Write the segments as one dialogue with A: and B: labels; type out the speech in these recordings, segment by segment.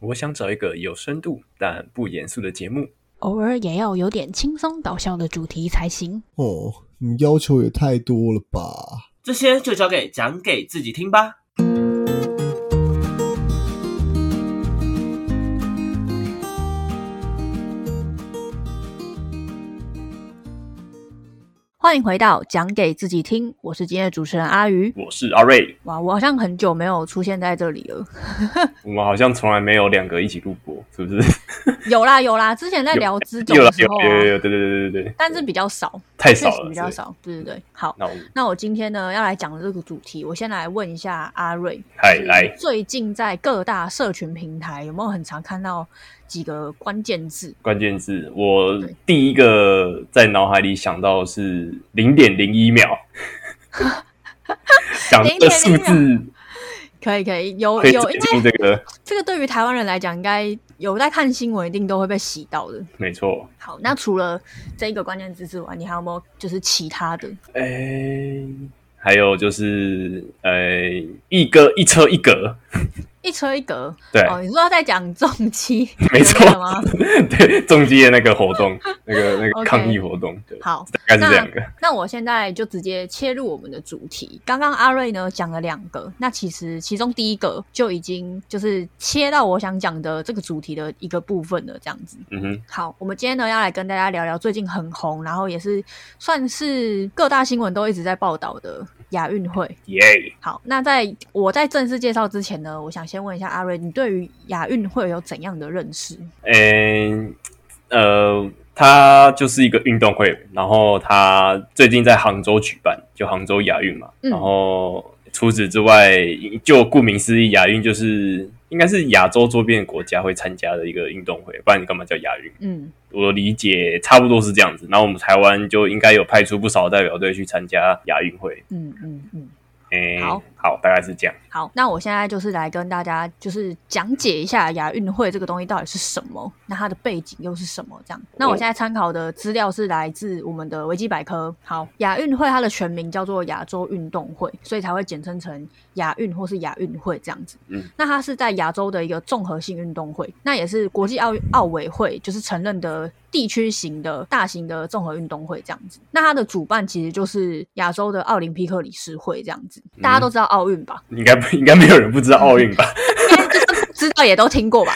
A: 我想找一个有深度但不严肃的节目。
B: 偶尔也要有点轻松搞笑的主题才行。
C: 哦，你们要求也太多了吧？
D: 这些就交给讲给自己听吧。
E: 欢迎回到讲给自己听，我是今天的主持人阿鱼。
A: 我是阿瑞，
E: 哇，我好像很久没有出现在这里了。
A: 我们好像从来没有两个一起录播，是不是？
E: 有啦有啦，之前在聊 资种
A: 有了
E: 的时
A: 有
E: 候、
A: 有有
E: 啊，
A: 有，对对对对对，
E: 但是比较少，
A: 太
E: 确
A: 少
E: 实
A: 了，
E: 比较
A: 是。
E: 少。对对对，好。
A: 那我们
E: 那我今天呢要来讲的这个主题，我先来问一下阿瑞，
A: 嗨
E: 就是
A: 来
E: 最近在各大社群平台有没有很常看到几个关键字？
A: 关键字，我第一个在脑海里想到是零点零一 秒，讲这个数字
E: 可以可以，有
A: 可以
E: 有，
A: 解
E: 因
A: 进这
E: 为
A: 个，
E: 这个对于台湾人来讲，应该有在看新闻，一定都会被洗到的。
A: 没错。
E: 好，那除了这一个关键字之外，你还有没有就是其他的？
A: 哎、还有就是呃、一个一车一格，
E: 一车一格
A: 对，
E: 哦，你说要在讲重击
A: 没错
E: 那个吗？
A: 对，中基的那个活 动，那个那个
E: OK
A: 抗议活动，对，
E: 好，
A: 大概是这两个。
E: 那我现在就直接切入我们的主题。刚刚阿瑞呢讲了两个，那其实其中第一个就已经就是切到我想讲的这个主题的一个部分了，这样子。
A: 嗯哼，
E: 好，我们今天呢要来跟大家聊聊最近很红，然后也是算是各大新闻都一直在报道的亚运会。
A: 耶、
E: 好，那在我在正式介绍之前呢，我想先问一下阿瑞，你对于亚运会有怎样的认识？
A: 嗯，呃，它就是一个运动会，然后它最近在杭州举办，就杭州亚运嘛。
E: 嗯
A: 然后除此之外，就顾名思义，亚运就是应该是亚洲周边国家会参加的一个运动会，不然你干嘛叫亚运？
E: 嗯，
A: 我理解差不多是这样子。然后我们台湾就应该有派出不少代表队去参加亚运会。
E: 嗯嗯嗯，
A: 诶，
E: 好，
A: 大概是这样。
E: 好，那我现在就是来跟大家就是讲解一下亚运会这个东西到底是什么，那它的背景又是什么这样。那我现在参考的资料是来自我们的维基百科。好，亚运会它的全名叫做亚洲运动会，所以才会简称成亚运或是亚运会这样子。
A: 嗯，
E: 那它是在亚洲的一个综合性运动会，那也是国际奥运奥委会就是承认的地区型的大型的综合运动会这样子。那它的主办其实就是亚洲的奥林匹克理事会这样子，大家都知道奥运吧？
A: 应该不应该没有人不知道奥运吧？
E: 应该就是不知道也都听过吧。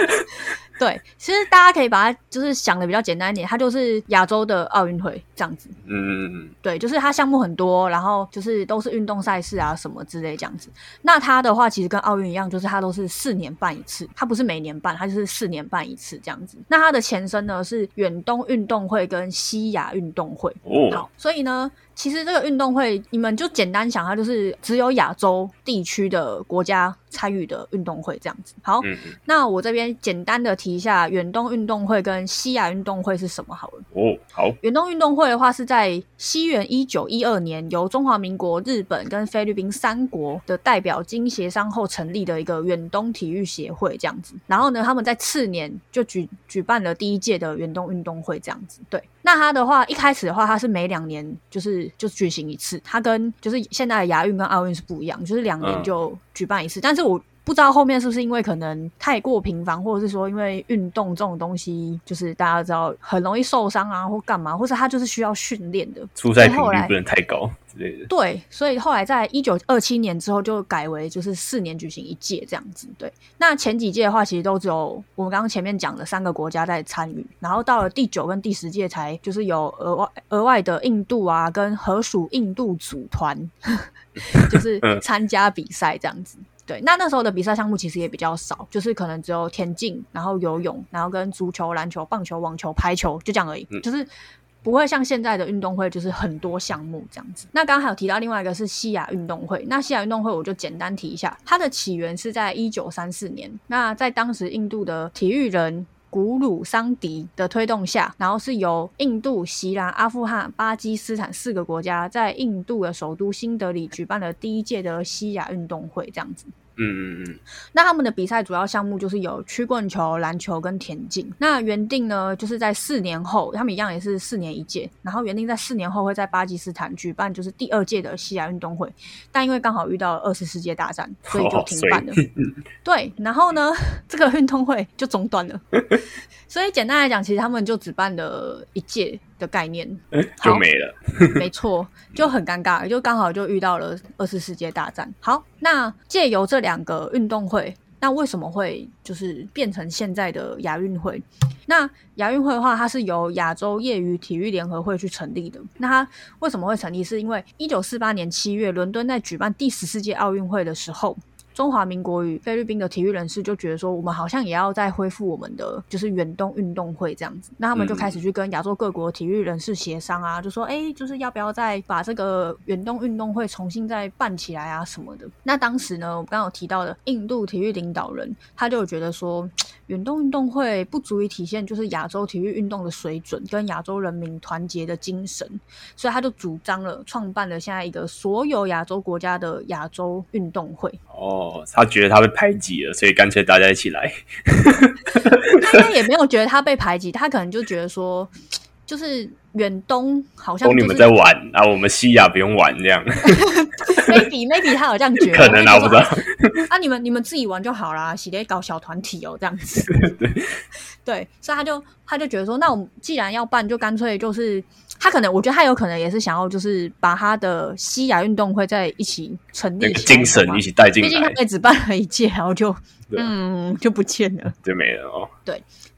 E: 对，其实大家可以把它就是想的比较简单一点，它就是亚洲的奥运会这样子。
A: 嗯，
E: 对，就是它项目很多，然后就是都是运动赛事啊什么之类这样子。那它的话其实跟奥运一样，就是它都是四年办一次，它不是每年办，它就是四年办一次这样子。那它的前身呢是远东运动会跟西亚运动会。
A: 哦，
E: 好，所以呢，其实这个运动会，你们就简单想，它就是只有亚洲地区的国家参与的运动会这样子。好，
A: 嗯嗯，
E: 那我这边简单的提一下远东运动会跟西亚运动会是什么好了。
A: 哦，好，
E: 远东运动会的话，是在西元一九一二年由中华民国、日本跟菲律宾三国的代表经协商后成立的一个远东体育协会这样子。然后呢，他们在次年就举举办了第一届的远东运动会这样子。对，那它的话一开始的话，它是每两年就是就举行一次，它跟就是现在的亚运跟奥运是不一样，就是两
A: 嗯
E: 年就举办一次。但是我不知道后面是不是因为可能太过频繁，或者是说因为运动这种东西，就是大家知道很容易受伤啊，或干嘛，或者它就是需要训练的。
A: 初赛频
E: 后
A: 率
E: 来
A: 不能太高之类的。
E: 对，所以后来在一九二七年之后就改为就是四年举行一届这样子。对，那前几届的话，其实都只有我们刚刚前面讲的三个国家在参与，然后到了第九跟第十届才就是有额外额外的印度啊跟合属印度组团， 就是参加比赛这样子。对，那那时候的比赛项目其实也比较少，就是可能只有田径，然后游泳，然后跟足球、篮球、棒球、网球、排球就这样而已，
A: 嗯
E: 就是不会像现在的运动会就是很多项目这样子。那刚刚还有提到另外一个是西亚运动会，那西亚运动会我就简单提一下，它的起源是在一九三四年，那在当时印度的体育人。古鲁桑迪的推动下，然后是由印度、锡兰、阿富汗、巴基斯坦四个国家在印度的首都新德里举办了第一届的西亚运动会，这样子。
A: 嗯嗯嗯，
E: 那他们的比赛主要项目就是有曲棍球、篮球跟田径。那原定呢，就是在四年后，他们一样也是四年一届。然后原定在四年后会在巴基斯坦举办就是第二届的西亚运动会，但因为刚好遇到二次世界大战，所以就
A: 哦
E: 停
A: 所以
E: 办了。对，然后呢，这个运动会就中断了。 所以简单来讲，其实他们就只办了一届的概念，好
A: 嗯就没了。
E: 没错，就很尴尬，就刚好就遇到了二次世界大战。好，那借由这两个运动会，那为什么会就是变成现在的亚运会？那亚运会的话，它是由亚洲业余体育联合会去成立的。那它为什么会成立？是因为一九四八年七月，伦敦在举办第十四届奥运会的时候，中华民国与菲律宾的体育人士就觉得说，我们好像也要再恢复我们的就是远东运动会这样子。那他们就开始去跟亚洲各国体育人士协商啊，就说，哎、就是要不要再把这个远东运动会重新再办起来啊什么的。那当时呢，我们刚刚有提到的印度体育领导人，他就觉得说，远东运动会不足以体现就是亚洲体育运动的水准跟亚洲人民团结的精神，所以他就主张了创办了现在一个所有亚洲国家的亚洲运动会。
A: 哦，他觉得他被排挤了，所以干脆大家一起来。
E: 他应该也没有觉得他被排挤，他可能就觉得说，就是远东好像
A: 都
E: 就
A: 你
E: 是
A: 们在玩啊，我们西亚不用玩这样，
E: maybe maybe 他有这样觉得，
A: 可能啊，我不知道。
E: 啊，你们你们自己玩就好啦，洗得搞小团体哦，这样子。对，所以他就他就觉得说，那我们既然要办，就干脆就是他可能，我觉得他有可能也是想要，就是把他的西亚运动会在一起成
A: 那
E: 立
A: 个
E: 起来
A: 精神
E: 嘛
A: 一起带进
E: 毕竟他
A: 来
E: 们，也只办了一届，然后就
A: 对啊
E: 嗯就不见了。
A: 就没了哦。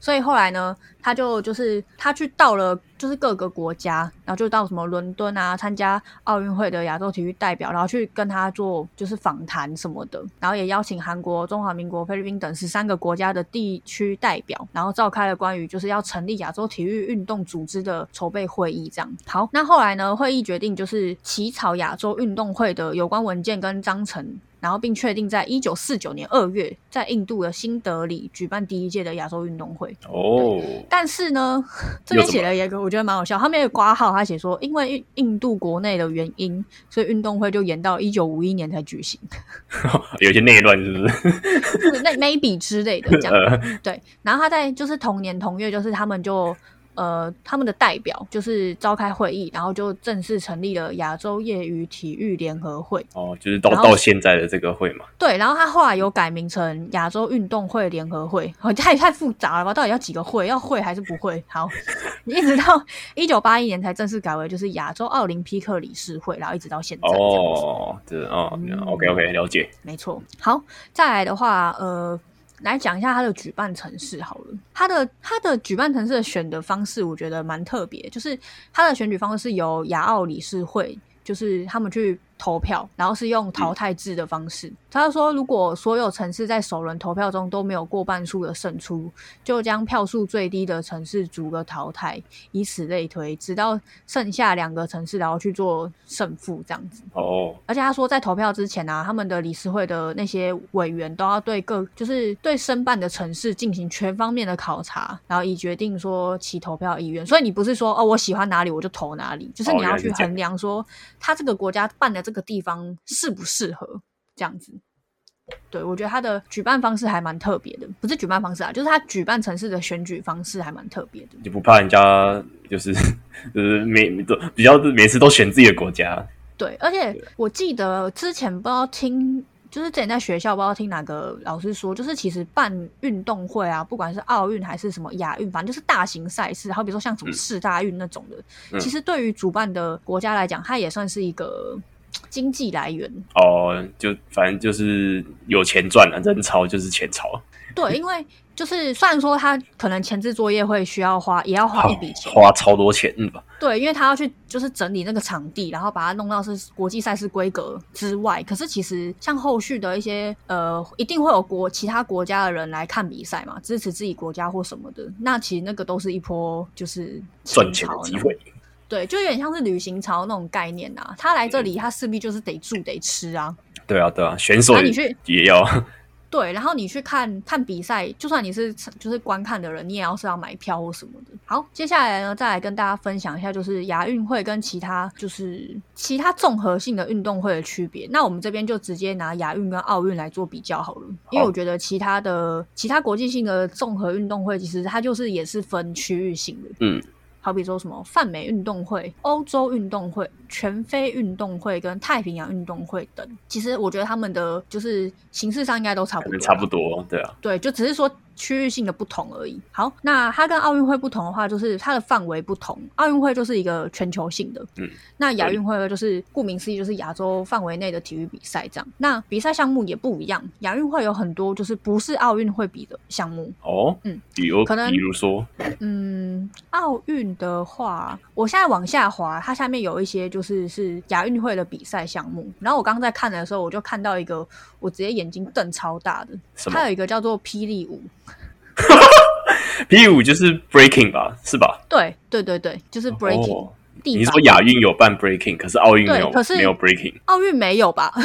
E: 所以后来呢，他就就是他去到了就是各个国家，然后就到什么伦敦啊，参加奥运会的亚洲体育代表，然后去跟他做就是访谈什么的，然后也邀请韩国、中华民国、菲律宾等十三个国家的地区代表，然后召开了关于就是要成立亚洲体育运动组织的筹备会议。这样好，那后来呢，会议决定就是起草亚洲运动会的有关文件跟章程。然后并确定在一九四九年二月，在印度的新德里举办第一届的亚洲运动会。
A: 哦，
E: 但是呢， 这
A: 又
E: 边
A: 怎
E: 写
A: 么
E: 了一个我觉得蛮好笑，他没有挂号，他写说因为印印度国内的原因，所以运动会就延到一九五一年才举行，
A: 有一些内乱是不是？
E: 就是那 maybe 之类的这 样。
A: 呃，
E: 对，然后他在就是同年同月，就是他们就呃他们的代表就是召开会议，然后就正式成立了亚洲业余体育联合会。
A: 哦，就是到
E: 然后
A: 到现在的这个会嘛，
E: 对，然后他后来有改名成亚洲运动会联合会， 哦，太太复杂了吧？到底要几个会？要会还是不会？好， 一直到一九八一年才正式改为就是亚洲奥林匹克理事会，然后一直到现在。哦，
A: 哦，这哦
E: 嗯
A: OK OK，了解。
E: 没错。好，再来的话，呃。来讲一下它的举办城市好了，它的它的举办城市的选的方式，我觉得蛮特别，就是它的选举方式是由亚奥理事会就是他们去投票，然后是用淘汰制的方式。他就说，如果所有城市在首轮投票中都没有过半数的胜出，就将票数最低的城市逐个淘汰，以此类推，直到剩下两个城市然后去做胜负这样子。
A: 哦，
E: 而且他说，在投票之前啊，他们的理事会的那些委员都要对各就是对申办的城市进行全方面的考察，然后以决定说其投票意愿。所以你不是说哦，我喜欢哪里我就投哪里，就是
A: 哦
E: 你
A: 原
E: 要
A: 来是
E: 去
A: 这样
E: 衡量说他这个国家办的这个地方适不适合这样子。对，我觉得他的举办方式还蛮特别的，不是举办方式啊，就是他举办城市的选举方式还蛮特别的。
A: 就不怕人家就是 就是每都比较每次都选自己的国家，
E: 对，而且我记得之前不知道听，就是之前在学校不知道听哪个老师说，就是其实办运动会啊，不管是奥运还是什么亚运，反正就是大型赛事，好比说像什么
A: 嗯
E: 世大运那种的，
A: 嗯
E: 其实对于主办的国家来讲，它也算是一个经济来源。
A: 哦，就反正就是有钱赚了，人潮就是钱潮，
E: 对，因为就是虽然说它可能前置作业会需要花，也要花一笔钱，
A: 花超多钱嗯吧，
E: 对，因为他要去就是整理那个场地，然后把它弄到是国际赛事规格之外。可是其实像后续的一些呃，一定会有国其他国家的人来看比赛嘛，支持自己国家或什么的。那其实那个都是一波就是
A: 赚钱的
E: 潮
A: 机
E: 那种
A: 会。
E: 对，就有点像是旅行潮那种概念啊。
A: 嗯
E: 他来这里，他势必就是得住得吃啊。
A: 对啊，对啊，选手
E: 那你
A: 也
E: 去
A: 也要
E: 对，然后你去看看比赛，就算你是就是观看的人，你也要是要买票或什么的。好，接下来呢，再来跟大家分享一下，就是亚运会跟其他就是其他综合性的运动会的区别。那我们这边就直接拿亚运跟奥运来做比较好了，因为我觉得其他的其他国际性的综合运动会，其实它就是也是分区域性的。
A: 嗯，
E: 好比说什么泛美运动会、欧洲运动会、全非运动会跟太平洋运动会等，其实我觉得他们的就是形式上应该都差不
A: 可
E: 多
A: 能
E: 啦，
A: 差不多，对啊，
E: 对，就只是说区域性的不同而已。好，那它跟奥运会不同的话，就是它的范围不同。奥运会就是一个全球性的，
A: 嗯，
E: 那亚运会就是顾名思义就是亚洲范围内的体育比赛这样。那比赛项目也不一样，亚运会有很多就是不是奥运会比的项目，
A: 哦，
E: 嗯，
A: 比如
E: 可能
A: 比如说，
E: 嗯，奥运的话，我现在往下滑，它下面有一些就是是亚运会的比赛项目。然后我刚刚在看的时候，我就看到一个，我直接眼睛瞪超大的，
A: 什么
E: 它有一个叫做霹雳舞。
A: P 五就是 breaking 吧，是吧
E: 对对对对，就是
A: 哦
E: breaking、地
A: 你是
E: 板
A: 说亚运有办 breaking，可是奥运
E: 对
A: 没有
E: 可是
A: 没有 breaking，
E: 奥运没有吧？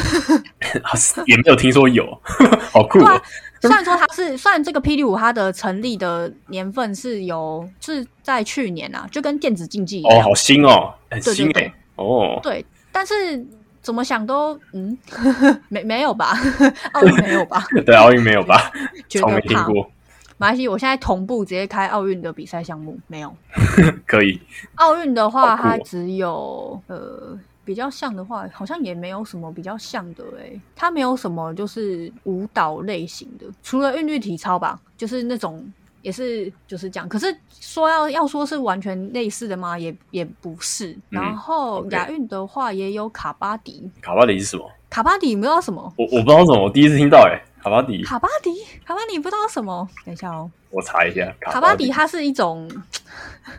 A: 也没有听说有， 好酷
E: 对
A: 哦
E: 啊！虽然说它是，虽然这个霹雳舞它的成立的年份是由是在去年啊，就跟电子竞技一
A: 哦，
E: 样，
A: 好新哦，很
E: 对对
A: 新
E: 对
A: 哎，哦，
E: 对，但是。怎么想都嗯， 没没有吧？ 奥运没有吧？
A: 对，奥运没有吧？
E: 觉
A: 从没
E: 得
A: 听
E: 怕。
A: 过，
E: 马来西亚，我现在同步直接开奥运的比赛项目，没有。
A: 可以，
E: 奥运的话，
A: 好酷哦
E: 它只有呃比较像的话，好像也没有什么比较像的诶、它没有什么就是舞蹈类型的，除了韵律体操吧，就是那种也是就是这样。可是说要要说是完全类似的吗？也也不是。然后
A: 嗯 OK
E: 亚运的话也有卡巴迪，
A: 卡巴迪是什么？
E: 卡巴迪你不知道什么？
A: 我我不知道为什么，我第一次听到哎，卡巴迪，
E: 卡巴迪，卡巴迪不知道什么？等一下哦，
A: 我查一下，
E: 卡巴
A: 巴
E: 迪它是一种，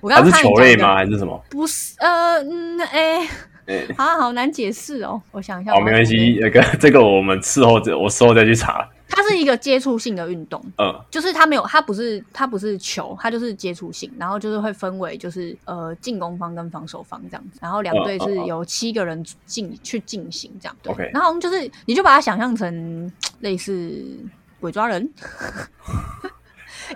E: 我刚
A: 它是
E: 刚差点
A: 球
E: 讲
A: 类
E: 一个
A: 吗？还是什么？
E: 不是，呃，嗯，哎、
A: 哎
E: 啊，好难解释哦。我想一下，
A: 好，
E: 我要
A: 没关
E: 怎么
A: 系
E: 解，
A: 那个 这个我们事后我事后再去查，
E: 它是一个接触性的运动，
A: 嗯，
E: 就是它没有，它不是，它不是球，它就是接触性，然后就是会分为就是呃进攻方跟防守方这样子，然后两队是
A: 嗯嗯嗯
E: 由七个人进去进行这样。对
A: OK
E: 然后好像就是你就把它想象成类似鬼抓人，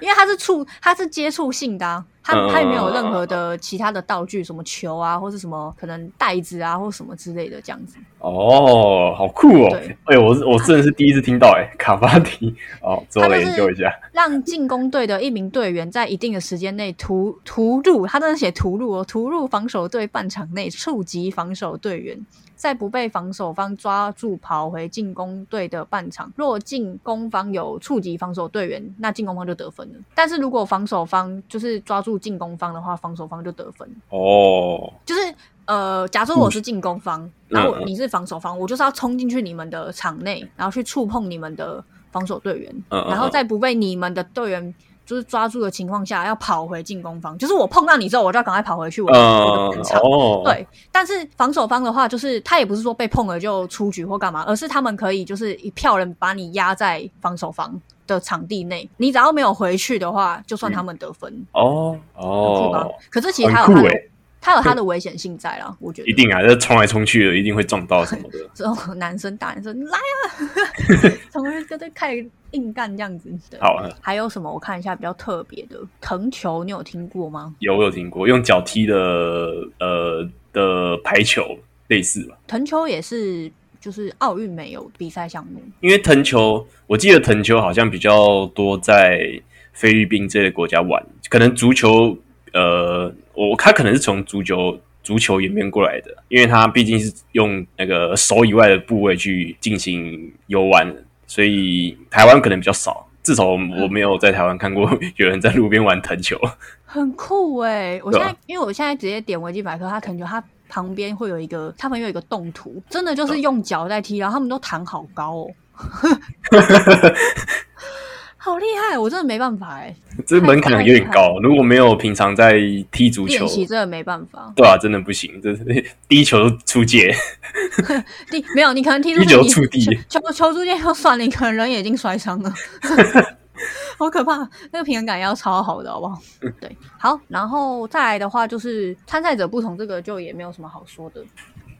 E: 因为它是触，它是接触性的、啊。它
A: 嗯嗯嗯
E: 它也没有任
A: 嗯嗯
E: 何的其他的道具，什么球啊，或是什么可能袋子啊，或什么之类的这样子。
A: 哦，好酷哦
E: 对！
A: 哎、我是我真的是第一次听到哎、卡巴迪哦，之后来研究一下。
E: 让进攻队的一名队员在一定的时间内突突入，他真的写突入哦，突入防守队半场内，触及防守队员，在不被防守方抓住，跑回进攻队的半场。若进攻方有触及防守队员，那进攻方就得分了。但是如果防守方就是抓住进攻方的话，防守方就得分。
A: 哦，
E: 就是呃，假设我是进攻方，然后我
A: 嗯嗯嗯
E: 你是防守方，我就是要冲进去你们的场内，然后去触碰你们的防守队员，
A: 嗯嗯嗯
E: 然后在不被你们的队员就是抓住的情况下，要跑回进攻方。就是我碰到你之后，我就要赶快跑回去我
A: 嗯，
E: 的、我的本场。
A: 哦，，
E: 对，但是防守方的话，就是他也不是说被碰了就出局或干嘛，而是他们可以就是一票人把你压在防守方的场地内，你只要没有回去的话，就算他们得分。
A: 哦，
E: 很酷吧
A: 嗯哦，？
E: 可是其实它有
A: 很
E: 它
A: 酷
E: 的
A: 欸，
E: 它有它的危险性在啦，我觉得
A: 一。定啊，这冲来冲去的，一定会撞到什么 的。
E: 之后男生大男生来啊， 从那跟这开始硬干这样子。对，
A: 好，
E: 还有什么？我看一下比较特别的藤球，你有听过吗？
A: 有我有听过，用脚踢的呃的排球类似吧？
E: 藤球也是就是奥运没有比赛项目，
A: 因为藤球，我记得藤球好像比较多在菲律宾这类国家玩，可能足球，呃，我他可能是从足球足球演变过来的，因为他毕竟是用那个手以外的部位去进行游玩，所以台湾可能比较少。至少我
E: 嗯
A: 我没有在台湾看过 有人在路边玩藤球。
E: 很酷哎、我现
A: 对啊
E: 在因为我现在直接点维基百科，它藤球它。旁边会有一个，他们有一个动图，真的
A: 啊
E: 就是用脚在踢，然后他们都弹好高 哦， 好厉害！我真的没办法哎、
A: 这门槛有点高，如果没有平常在踢足球
E: 练，习真的没办法。
A: 对啊，真的不行， 这是第一球出界。
E: 第没有，你可能踢出
A: 踢球
E: 去你
A: 触地
E: 球球球出界就算了，你可能人也已经摔伤了，好可怕！那个平衡感要超好的，好不好？对，好，然后再来的话就是参赛者不同，这个就也没有什么好说的，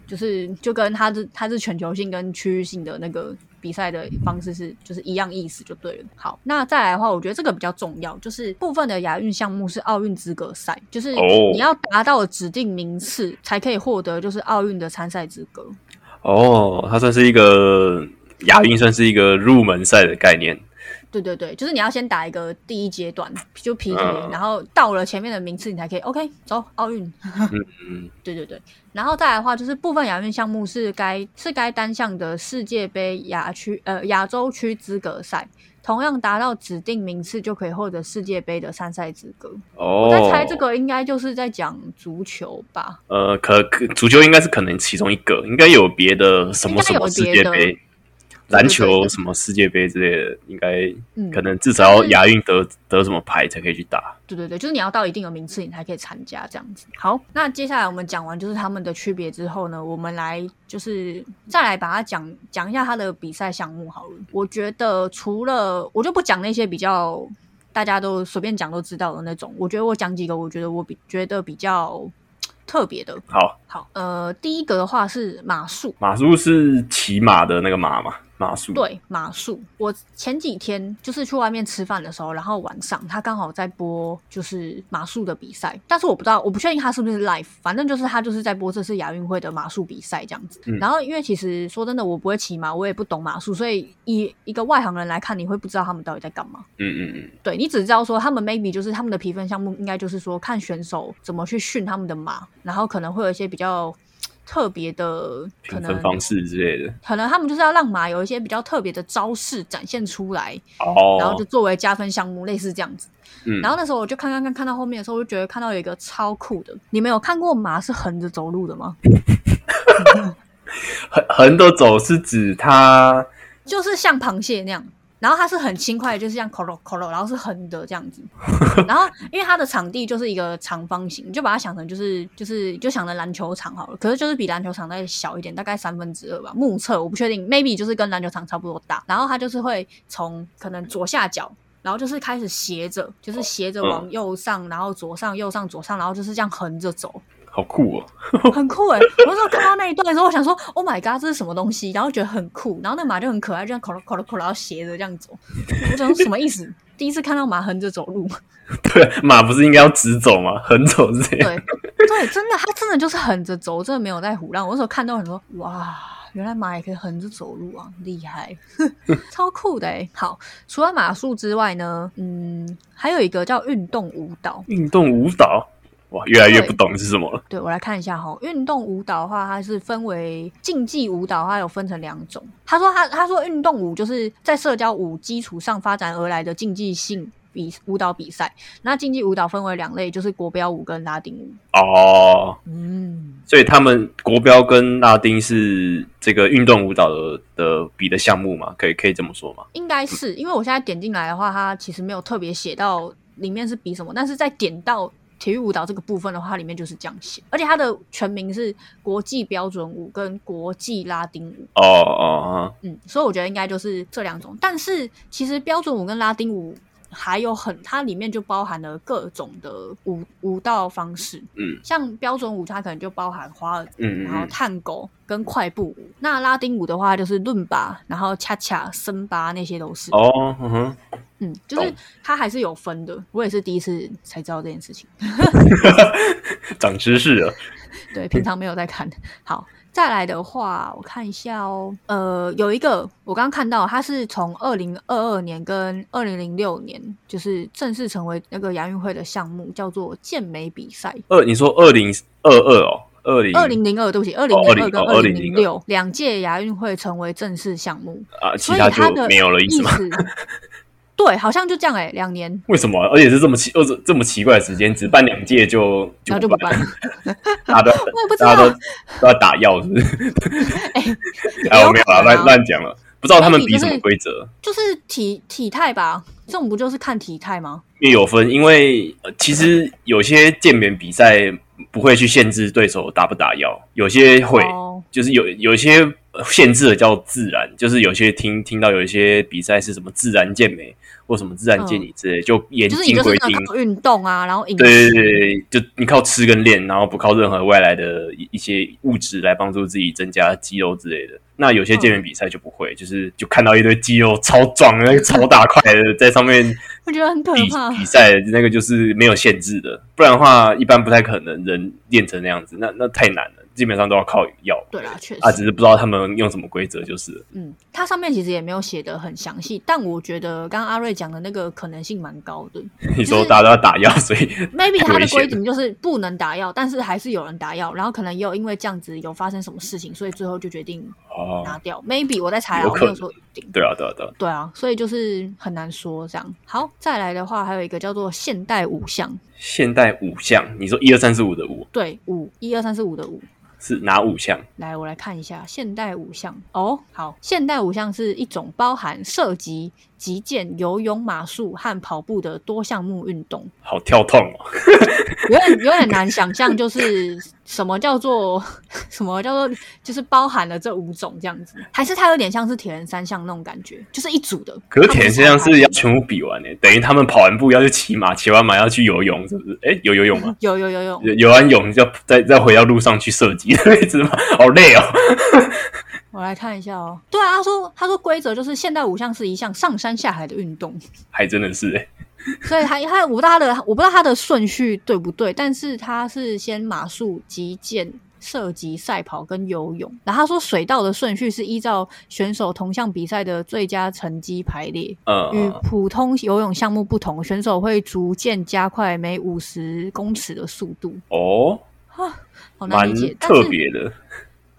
E: 就是就跟它是它是全球性跟区域性的那个比赛的方式是就是一样意思就对了。好，那再来的话，我觉得这个比较重要，就是部分的亚运项目是奥运资格赛，就是
A: 哦
E: 你要达到指定名次才可以获得就是奥运的参赛资格。
A: 哦，它算是一个亚运，算是一个入门赛的概念。
E: 对对对，就是你要先打一个第一阶段，就 PK，、
A: 嗯
E: 然后到了前面的名次，你才可以 OK 走奥运。
A: 嗯，
E: 对对对，然后再来的话，就是部分亚运项目是该是该单项的世界杯亚区呃亚洲区资格赛，同样达到指定名次就可以获得世界杯的参赛资格。
A: 哦，
E: 我在猜这个应该就是在讲足球吧？
A: 呃，可可足球应该是可能其中一个，应该有别的什么什么世界
E: 应该有别
A: 杯
E: 的，
A: 篮
E: 对对
A: 球
E: 对
A: 什么世界杯之类的，应该
E: 嗯
A: 可能至少要亚运得得什么牌才可以去打。
E: 对对对，就是你要到一定的名次，你才可以参加这样子。好，那接下来我们讲完就是他们的区别之后呢，我们来就是再来把它讲讲一下它的比赛项目好了。我觉得除了我就不讲那些比较大家都随便讲都知道的那种，我觉得我讲几个，我觉得我比觉得比较特别的。
A: 好，
E: 好，呃，第一个的话是马术，
A: 马术是骑马的那个马嘛，马术。，
E: 对马术，我前几天就是去外面吃饭的时候，然后晚上他刚好在播就是马术的比赛，但是我不知道，我不确定他是不是 live，反正就是他就是在播这次亚运会的马术比赛这样子。
A: 嗯
E: 然后因为其实说真的，我不会骑马，我也不懂马术，所以以一个外行人来看，你会不知道他们到底在干嘛。
A: 嗯嗯嗯，
E: 对你只知道说他们 maybe 就是他们的评分项目，应该就是说看选手怎么去训他们的马，然后可能会有一些比较特别的可
A: 评
E: 能
A: 分方式之类的。
E: 可能他们就是要让马有一些比较特别的招式展现出来，
A: 哦，
E: 然后就作为加分项目，类似这样子。
A: 嗯，
E: 然后那时候我就看看看看到后面的时候，我就觉得看到有一个超酷的。你们有看过马是横着走路的 吗？
A: 横横的走是指它
E: 就是像螃蟹那样，然后它是很轻快的，就是像 colo colo，然后是横的这样子。然后因为它的场地就是一个长方形，你就把它想成就是就是就想成篮球场好了，可是就是比篮球场再小一点，大概三分之二吧。目测我不确定，maybe 就是跟篮球场差不多大。然后它就是会从可能左下角。然后就是开始斜着，就是斜着往右上，然后左上、右上、左上，然后就是这样横着走，
A: 好酷哦。
E: 很酷哎、我那时候看到那一段的时候，我想说，Oh my god，这是什么东西？然后觉得很酷，然后那马就很可爱，就这样口口口，然后斜着这样走。我想说什么意思？第一次看到马横着走路，
A: 对， 马不是应该要直走吗？横走是这样。
E: 对对，真的，它真的就是横着走，真的没有在胡乱。我那时候看到很多，哇，原来马也可以横着走路啊，厉害， 超酷的哎、好，除了马术之外呢，嗯，还有一个叫运动舞蹈，
A: 运动舞蹈，哇，越来越
E: 对
A: 不懂是什么了。
E: 对我来看一下哈，运动舞蹈的话，它是分为竞技舞蹈，它有分成两种。他说他他说运动舞就是在社交舞基础上发展而来的竞技性比舞蹈比赛。那竞技舞蹈分为两类，就是国标舞跟拉丁舞。
A: 哦，
E: 嗯，
A: 所以他们国标跟拉丁是这个运动舞蹈的的比的项目嘛？可以可以这么说吗？
E: 应该是因为我现在点进来的话，它其实没有特别写到里面是比什么，但是在点到。体育舞蹈这个部分的话，它里面就是这样写，而且它的全名是国际标准舞跟国际拉丁舞。
A: 哦哦，
E: 嗯，所以我觉得应该就是这两种。但是其实标准舞跟拉丁舞还有很，它里面就包含了各种的舞舞蹈方式。
A: 嗯，
E: 像标准舞它可能就包含华尔兹，
A: 嗯嗯嗯
E: 然后探戈跟快步舞。那拉丁舞的话就是伦巴，然后恰恰、森巴那些都是。
A: 哦，哦，嗯哼，
E: 嗯，就是
A: 懂
E: 它还是有分的。我也是第一次才知道这件事情。
A: 长知识了。
E: 对，平常没有在看。好，再来的话，我看一下哦。呃，有一个我刚刚看到，它是从二零二二年跟二零零六年，就是正式成为那个亚运会的项目，叫做健美比赛。
A: 二，你说二零二二哦，二零
E: 二零零二，对不起，二零零二
A: 2002
E: 跟
A: 哦
E: 二零零六两届亚运会成为正式项目，
A: 啊，其
E: 所以
A: 他
E: 它
A: 就
E: 的
A: 没有了意思吗？
E: 对，好像就这样哎、两年，
A: 为什么？而且是这么奇，呃，这这么奇怪的时间，只办两届就
E: 然后就不办
A: 办，
E: 了。
A: 大家都
E: 我也不知
A: 大家都
E: 道，
A: 都要打药是不是？
E: 也
A: 哎，我没有
E: 可能
A: 啦，
E: 啊
A: 乱乱讲了，不知道他们
E: Maybe
A: 比什
E: 就
A: 么
E: 是
A: 规则。
E: 就是体体态吧，这种不就是看体态吗？
A: 也有分，因为、呃其实有些健美比赛不会去限制对手打不打药，有些会，
E: 哦
A: 就是有有些呃限制的叫自然，就是有些听听到有一些比赛是什么自然健美，或什么自然健体之类，就严
E: 嗯就是你
A: 禁
E: 就是
A: 规
E: 那
A: 定。
E: 个靠运动啊，然后饮
A: 对对
E: 食
A: 对，对就你靠吃跟练，然后不靠任何外来的一一些物质来帮助自己增加肌肉之类的。那有些
E: 嗯
A: 健美比赛就不会，就是就看到一堆肌肉超壮、那个超大块的在上面
E: 我觉得 很可
A: 比
E: 怕。
A: 比赛，那个就是没有限制的，不然的话一般不太可能人练成那样子，那那太难了，基本上都要靠药
E: 对啦，确实，
A: 啊，只是不知道他们用什么规则就是了。
E: 嗯，它上面其实也没有写的很详细，但我觉得刚刚阿瑞讲的那个可能性蛮高的。
A: 你说大家都要打药， 所以
E: maybe
A: 太
E: 它
A: 危
E: 的
A: 险
E: 规
A: 了
E: 定就是不能打药，但是还是有人打药，然后可能也有因为这样子有发生什么事情，所以最后就决定
A: 哦，
E: 拿掉。maybe 我在猜啊，
A: 有
E: 我
A: 可
E: 没有
A: 能
E: 说一定。
A: 对啊，对啊，对啊，
E: 对啊，所以就是很难说这样。好，再来的话还有一个叫做现代五项，
A: 现代五项，你说一二三四五的五
E: 对，五一二三四五的五。
A: 是哪五项？
E: 来，我来看一下现代五项哦。好，现代五项是一种包含射击、击剑、游泳、马术和跑步的多项目运动。
A: 好跳痛哦。
E: 有点有点难想象，就是什么叫做 什么叫做就是包含了这五种这样子，还是它有点像是铁人三项那种感觉，就是一组的。
A: 可是铁人三项是要
E: 它不
A: 全部比完诶、等于他们跑完步要去骑马，骑完马要去游泳，是不是？诶、有游泳 吗？
E: 有有有有，
A: 游游完泳要再再回到路上去射击 的位置吗？好累哦。
E: 我来看一下哦。对啊，他说他说规则就是现代五项是一项上山下海的运动，
A: 还真的是诶、
E: 所以他他我不知道他的我不知道他的顺序对不对，但是他是先马术、击剑、射击、赛跑跟游泳。然后他说水道的顺序是依照选手同项比赛的最佳成绩排列，与
A: 呃，
E: 普通游泳项目不同，选手会逐渐加快每五十公尺的速度。
A: 哦，
E: 好难
A: 蛮
E: 理解，但
A: 特
E: 是
A: 别的。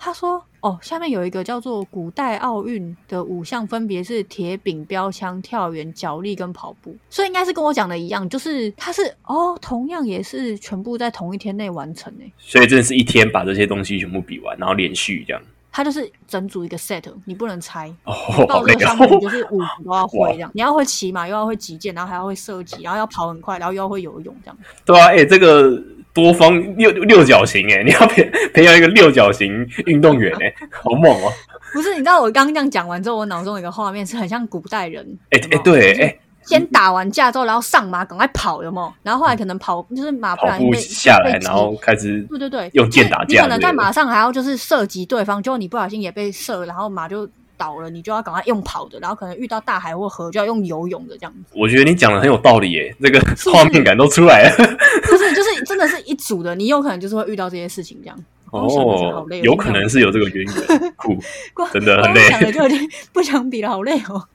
E: 他说哦，下面有一个叫做古代奥运的五项，分别是铁饼、标枪、跳远、脚力跟跑步，所以应该是跟我讲的一样，就是它是哦，同样也是全部在同一天内完成欸诶。
A: 所以真的是一天把这些东西全部比完，然后连续这样。
E: 它就是整组一个 set，你不能拆。
A: 哦，
E: 报
A: 好累
E: 这个项目你就
A: 哦。
E: 是五个都要会
A: 哇
E: 这样，你要会骑马，又要会击剑，然后还要会射击，然后要跑很快，然后又要会游泳这样。
A: 对啊，诶、这个多方六六角形诶、你要培培养一个六角形运动员诶、 好猛哦。
E: 不是，你知道我刚刚这样讲完之后，我脑中有一个画面是很像古代人，
A: 诶、诶、
E: 有没有
A: 哎对诶、
E: 先打完架之后，然后上马赶快跑，有没有？然后后来可能跑就是马啊不
A: 跑
E: 然
A: 步
E: 被
A: 下来，
E: 被击
A: 然后开始
E: 对对对，
A: 用剑打
E: 就是你
A: 架之类
E: 可
A: 的，
E: 能在马上还要就是射击对方，结果你不小心也被射，然后马就倒了，你就要赶快用跑的，然后可能遇到大海或河就要用游泳的这样子。
A: 我觉得你讲的很有道理耶，这个
E: 是
A: 画面感都出来了。
E: 不是，就是真的是一组的，你有可能就是会遇到这些事情这样。光想的 就好
A: 哦
E: 累，
A: 有可能是有这个渊源，酷，
E: 光
A: 真的很
E: 光
A: 累
E: 想了就已经不想比了，好累哦，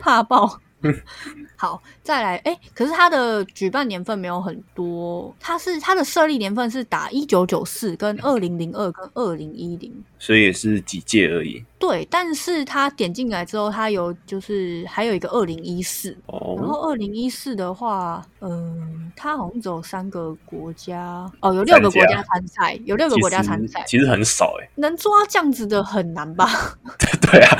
E: 怕爆。
A: 嗯
E: 好，再来，哎、可是它的举办年份没有很多，它是它的设立年份是打一九九四、跟二零零二、跟二零一零。
A: 所以也是几届而已。
E: 对，但是它点进来之后，它有就是还有一个二零一四，然
A: 哦，
E: 后二零一四的话，嗯，它好像只有三个国家，哦，有六个国家参赛，有六个
A: 其
E: 国家
A: 实
E: 参赛，
A: 其实很少哎。
E: 能做到这样子的很难吧？
A: 对啊，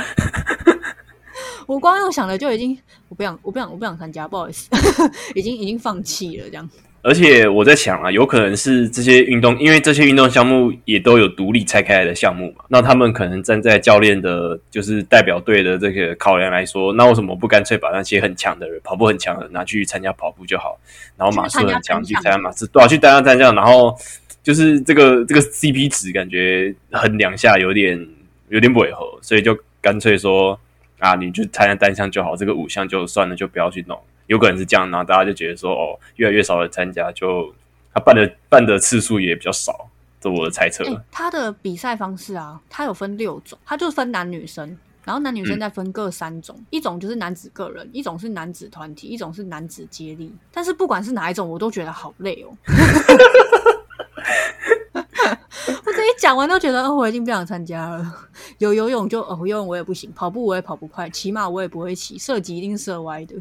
E: 我光用想了就已经，我不想，我不想，我不想参加，不好意思， 已经已经放弃了这样。
A: 而且我在想啊，有可能是这些运动，因为这些运动项目也都有独立拆开来的项目嘛。那他们可能站在教练的，就是代表队的这个考量来说，那为什么不干脆把那些很强的人，跑步很强的拿去参加跑步就好，然后马术很强去参加马术，对啊，去单项单项，然后就是这个这个 CP 值感觉衡量下有点有点违和，所以就干脆说啊，你去参加单项就好，这个五项就算了，就不要去弄。有可能是这样，然后大家就觉得说，哦，越来越少人参加，就他办的办的次数也比较少，这我的猜测。
E: 哎、它的比赛方式啊，它有分六种，它就分男女生，然后男女生再分各三种，一种就是男子个人，一种是男子团体，一种是男子接力。但是不管是哪一种，我都觉得好累哦。 我这一讲完都觉得，哦，我已经不想参加了。有游泳就哦，游泳我也不行，跑步我也跑不快，骑马我也不会骑，射击一定射歪的。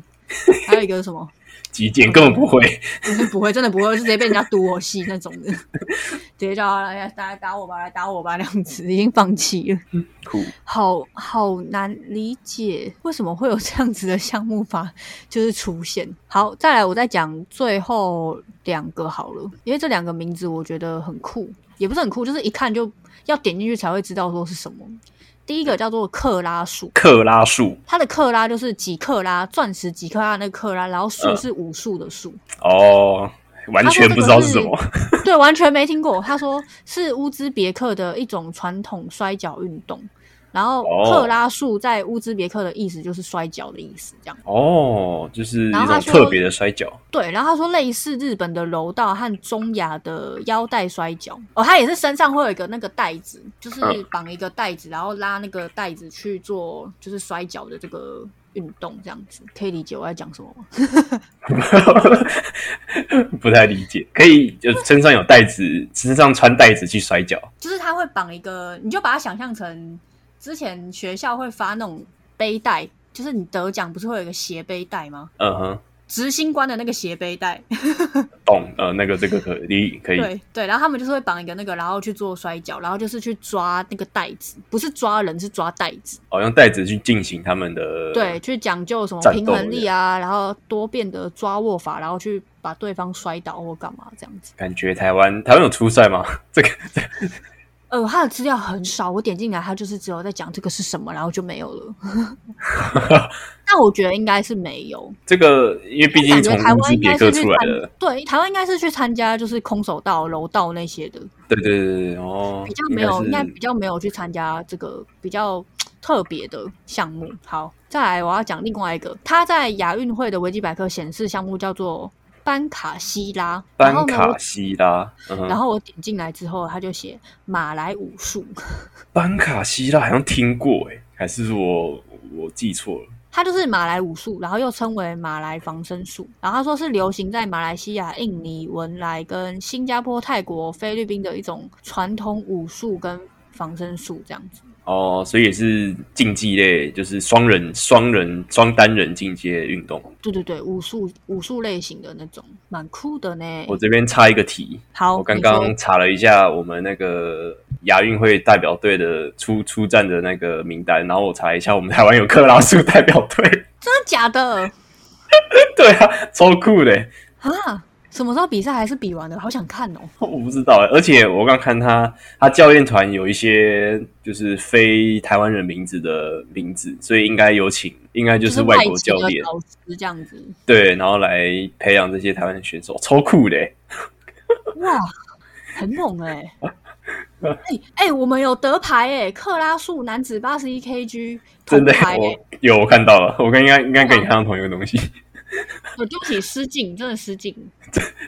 E: 还有一个是什么？
A: 极简根本不会，
E: 就是不会，真的不会，就直接被人家堵我戏那种的，直接叫他来打打我吧，来打我吧那样子，已经放弃了，
A: 酷，
E: 好好难理解为什么会有这样子的项目法就是出现。好，再来我再讲最后两个好了，因为这两个名字我觉得很酷，也不是很酷，就是一看就要点进去才会知道说是什么。第一个叫做克拉数，
A: 克拉数
E: 它的克拉就是几克拉，钻石几克拉那个克拉，然后数是武术的数。
A: 哦，
E: 啊
A: 完全不知道是什么。
E: 对，完全没听过。他说是乌兹别克的一种传统摔跤运动，然后
A: 哦
E: 克拉术在乌兹别克的意思就是摔跤的意思，这样。
A: 哦，就是一
E: 然后
A: 种
E: 他说
A: 特别的摔跤。
E: 对，然后他说类似日本的柔道和中亚的腰带摔跤，哦，他也是身上会有一个那个带子，就是
A: 嗯
E: 绑一个带子，然后拉那个带子去做就是摔跤的这个运动，这样子可以理解我在讲什么吗？
A: 不太理解，可以就身上有带子，身上穿带子去摔跤。
E: 就是他会绑一个，你就把它想象成之前学校会发那种背带，就是你得奖不是会有一个斜背带吗？
A: 嗯哼，
E: 执行官的那个斜背带，
A: 懂。呃，那个这个可以可以。
E: 对对，然后他们就是会绑一个那个，然后去做摔跤，然后就是去抓那个带子，不是抓人，是抓带子，
A: 好像哦带子去进行他们的
E: 对，去讲究什么
A: 战斗
E: 平衡力啊，然后多变的抓握法，然后去把对方摔倒或干嘛这样子。
A: 感觉台湾台湾有初赛吗？这个
E: 呃，他的资料很少，我点进来，他就是只有在讲这个是什么，然后就没有 了。但我觉得应该是没有，
A: 这个，因为毕竟
E: 感觉
A: 从
E: 台
A: 乌
E: 湾
A: 兹
E: 应
A: 别
E: 该
A: 克
E: 是去
A: 出来
E: 参
A: 的，，
E: 对，台湾应该是去参加就是空手道、柔道那些的，
A: 对对对对，哦，
E: 比较没有，应
A: 该
E: 该比较没有去参加这个比较特别的项目。好，再来我要讲另外一个，它在亚运会的维基百科显示项目叫做班卡西拉，
A: 班
E: 然后呢，
A: 卡
E: 我
A: 西拉，嗯哼，
E: 然后我点进来之后，它就写马来武术，
A: 班卡西拉好像听过诶、还是我我记错了？
E: 它就是马来武术，然后又称为马来防身术。然后他说是流行在马来西亚、印尼、文莱跟新加坡、泰国、菲律宾的一种传统武术跟防身术这样子。
A: 哦，所以也是竞技类，就是双人、双人、双单人进阶运动。
E: 对对对，武术武术类型的那种，蛮酷的呢。
A: 我这边插一个题，
E: 好，
A: 我刚
E: 你说
A: 刚查了一下我们那个亚运会代表队的出出战的那个名单，然后我查一下我们台湾有克拉苏代表队，
E: 真的假的
A: 对啊，超酷的，
E: 啊？什么时候比赛还是比完了？好想看哦！
A: 我不知道欸，而且我刚看他，他教练团有一些就是非台湾人名字的名字，所以应该有请，应该就是外国
E: 籍
A: 教
E: 的
A: 练
E: 老师这样子，
A: 对，然后来培养这些台湾的选手，超酷的欸。
E: 哇，很猛哎、哎、哎我们有得牌哎、克拉数男子八十一 kg
A: 真
E: 铜
A: 的
E: 牌
A: 欸，
E: 哎、
A: 我有我看到了，我刚应该应该跟你看到同一个东西，
E: 我对不起，失敬，真的失敬，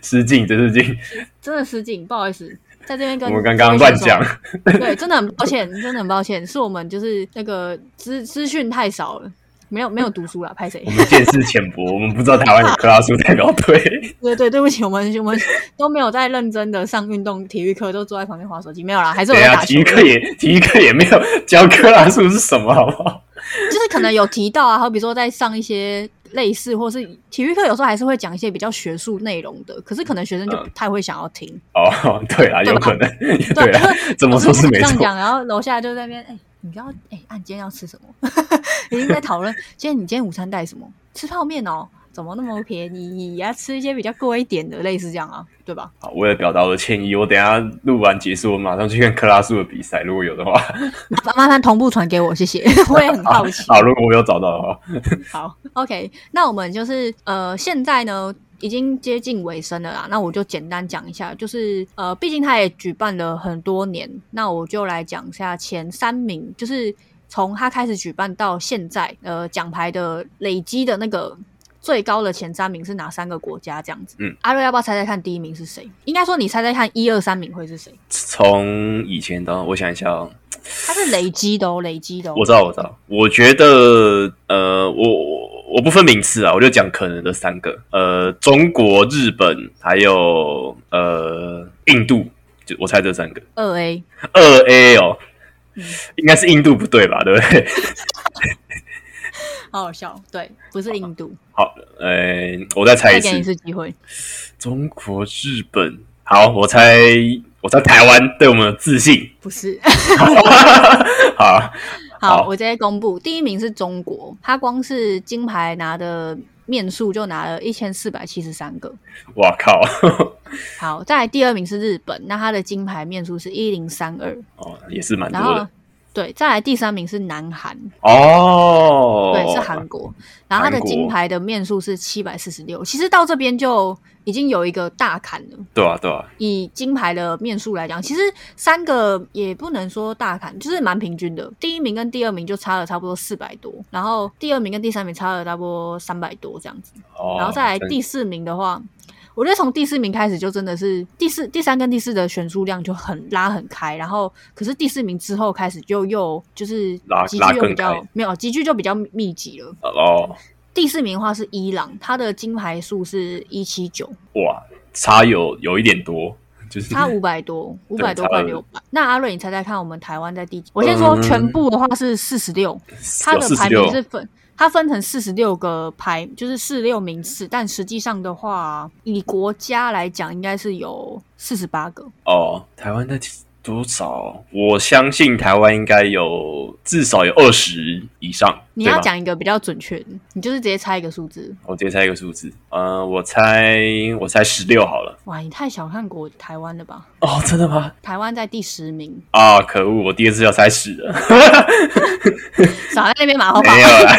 A: 失敬，真失敬，
E: 真的失敬，不好意思，在这边
A: 我
E: 跟
A: 们刚刚
E: 各位
A: 乱
E: 选手
A: 讲，
E: 对，真的很抱歉，真的很抱歉，是我们就是那个资资讯太少了，没有没有读书啦，拍谁
A: 我？们见识浅薄，我们不知道台湾有克拉苏代表 队。
E: 对对，对不起，我们我们都没有在认真的上运动体育课，都坐在旁边划手机，没有啦，还是有
A: 对
E: 在
A: 啊，
E: 打球
A: 体育课也体育课也没有教克拉苏是什么，好不好？
E: 就是可能有提到啊，好比说在上一些类似或是体育课，有时候还是会讲一些比较学术内容的，可是可能学
A: 嗯
E: 生就不太会想要听。
A: 哦，对啊，
E: 对吧
A: 有可能， 对啊，怎么
E: 我
A: 说是没
E: 这样
A: 错。
E: 讲，然后楼下就在那边，哎、你知道，哎、啊，你今天要吃什么？ 已经在讨论，今天你今天午餐带什么？吃泡面哦。怎么那么便宜？要吃一些比较贵一点的，类似这样啊，对吧？
A: 好，为了表达我的歉意，我等一下录完结束，我马上去看克拉苏的比赛，如果有的话。
E: 麻麻烦同步传给我，谢 谢。我也很好奇。
A: 好，如果我有找到的话，
E: 好，OK，那我们就是呃，现在呢已经接近尾声了啦，那我就简单讲一下，就是呃，毕竟它也举办了很多年，那我就来讲一下前三名，就是从它开始举办到现在，呃，奖牌的累积的那个。最高的前三名是哪三个国家？这样子，
A: 嗯，
E: 阿瑞要不要猜猜看第一名是谁？应该说你猜猜看一二三名会是谁？
A: 从以前到我想一下哦，
E: 它是累积的哦，累积的哦。
A: 我知道，我知道，我觉得呃，我我我不分名次啊，我就讲可能的三个，呃，中国、日本还有呃印度，就我猜这三个。
E: 二 A，
A: 二 A 哦
E: 嗯，
A: 应该是印度不对吧？对不对？
E: 好好笑，对，不是印度。
A: 好，呃，我再猜
E: 再
A: 一
E: 给你一
A: 次，
E: 次机会，
A: 中国、日本。好，我猜，我猜台湾对我们有自信。
E: 不是。
A: 好，
E: 好，
A: 好
E: 我直接公布，第一名是中国，他光是金牌拿的面数就拿了一千四百七十三个。
A: 哇靠！
E: 好，再来第二名是日本，那他的金牌面数是一零三二，
A: 哦，也是蛮
E: 然
A: 多
E: 后
A: 的。
E: 对，再来第三名是南韩，
A: 哦，
E: 对，是韩国。然后它的
A: 韩国
E: 金牌的面数是七百四十六，其实到这边就已经有一个大坎了。
A: 对啊，对啊，
E: 以金牌的面数来讲，其实三个也不能说大砍，就是蛮平均的。第一名跟第二名就差了差不多四百多，然后第二名跟第三名差了差不多三百多这样子。
A: 哦，
E: 然后再来
A: 真
E: 第四名的话，我觉得从第四名开始就真的是第四、第三跟第四的悬殊量就很拉很开，然后可是第四名之后开始就又就是
A: 拉
E: 集
A: 拉
E: 聚又
A: 更
E: 比较
A: 开
E: 没有集聚就比较密集了。
A: 哦，
E: 第四名的话是伊朗，它的金牌数是一七九，
A: 哇，差有有一点多，就是
E: 差五百多，五百多
A: 差
E: 快
A: 了嗯
E: 六百。那阿瑞，你猜猜看，我们台湾在第几？我先说全部的话是四十六，它的
A: 四
E: 排
A: 十
E: 名
A: 六
E: 是分，它分成四十六个排，就是四六名次。但实际上的话，以国家来讲，应该是有四十八个。
A: 哦，台湾在多少？我相信台湾应该有至少有二十以上，
E: 你
A: 对
E: 要
A: 吗，
E: 讲一个比较准确的，你就是直接猜一个数字。
A: 我直接猜一个数字，呃，我猜我猜十六好了。
E: 哇，你太小看国台湾了吧？
A: 哦，真的 吗？
E: 台湾在第十名，
A: 啊，可恶！我第二次要猜十 了，
E: 少在那边马后炮
A: 没。有啦。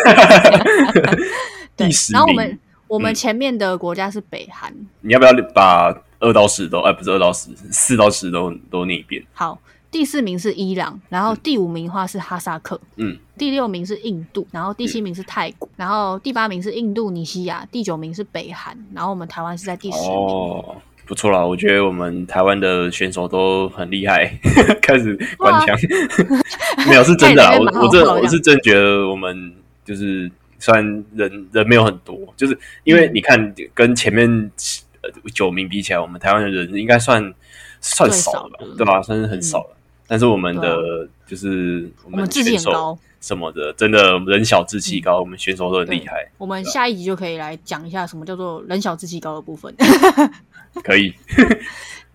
E: 对
A: 哎 第十
E: 然后我
A: 名
E: 们，我们
A: 嗯
E: 前面的国家是北韩，
A: 你要不要把二到十都？哎，不是二到十，四到十都都念一遍。
E: 好，第四名是伊朗，然后第五名的话是哈萨克，
A: 嗯，
E: 第六名是印度，然后第七名是泰国，然后第八名是印度尼西亚，第九名是北韩，然后我们台湾是在第十名。
A: 哦，不错啦，我觉得我们台湾的选手都很厉害， 开始官腔， 没有是真 的啦，
E: 看
A: 我
E: 起来蛮
A: 我真
E: 好笑的
A: 我是真觉得我们就是虽然人人没有很多，就是因为
E: 嗯
A: 你看跟前面呃九名比起来，我们台湾的人应该算算
E: 最
A: 少
E: 少
A: 了吧
E: 的，
A: 对吧？算是很少了。但是我们
E: 对啊
A: 的就是我
E: 我们
A: 们
E: 自己
A: 选
E: 很
A: 手
E: 高，
A: 什么的，真的人小志气高，我们选手都很厉害，
E: 我们
A: 对啊
E: 下一集就可以来讲一下什么叫做人小志气高的部分。
A: 可以。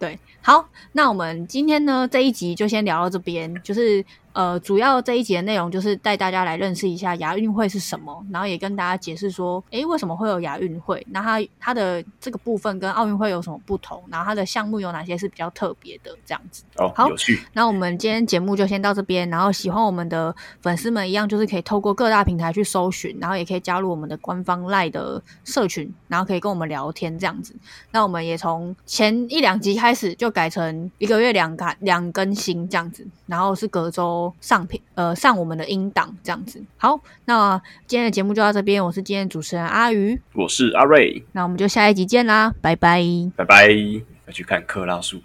E: 对，好，那我们今天呢这一集就先聊到这边，就是呃，主要这一集的内容就是带大家来认识一下亚运会是什么，然后也跟大家解释说，诶，为什么会有亚运会？那它它的这个部分跟奥运会有什么不同？然后它的项目有哪些是比较特别的？这样子。
A: 哦，
E: 好
A: 有趣，
E: 那我们今天节目就先到这边，然后喜欢我们的粉丝们一样，就是可以透过各大平台去搜寻，然后也可以加入我们的官方 LINE 的社群，然后可以跟我们聊天这样子。那我们也从前一两集开始就改成一个月两更两更新这样子，然后是隔周上片呃上我们的音档这样子。好，那今天的节目就到这边，我是今天的主持人阿鱼，
A: 我是阿瑞。
E: 那我们就下一集见啦，拜拜。
A: 拜拜，要去看克拉数。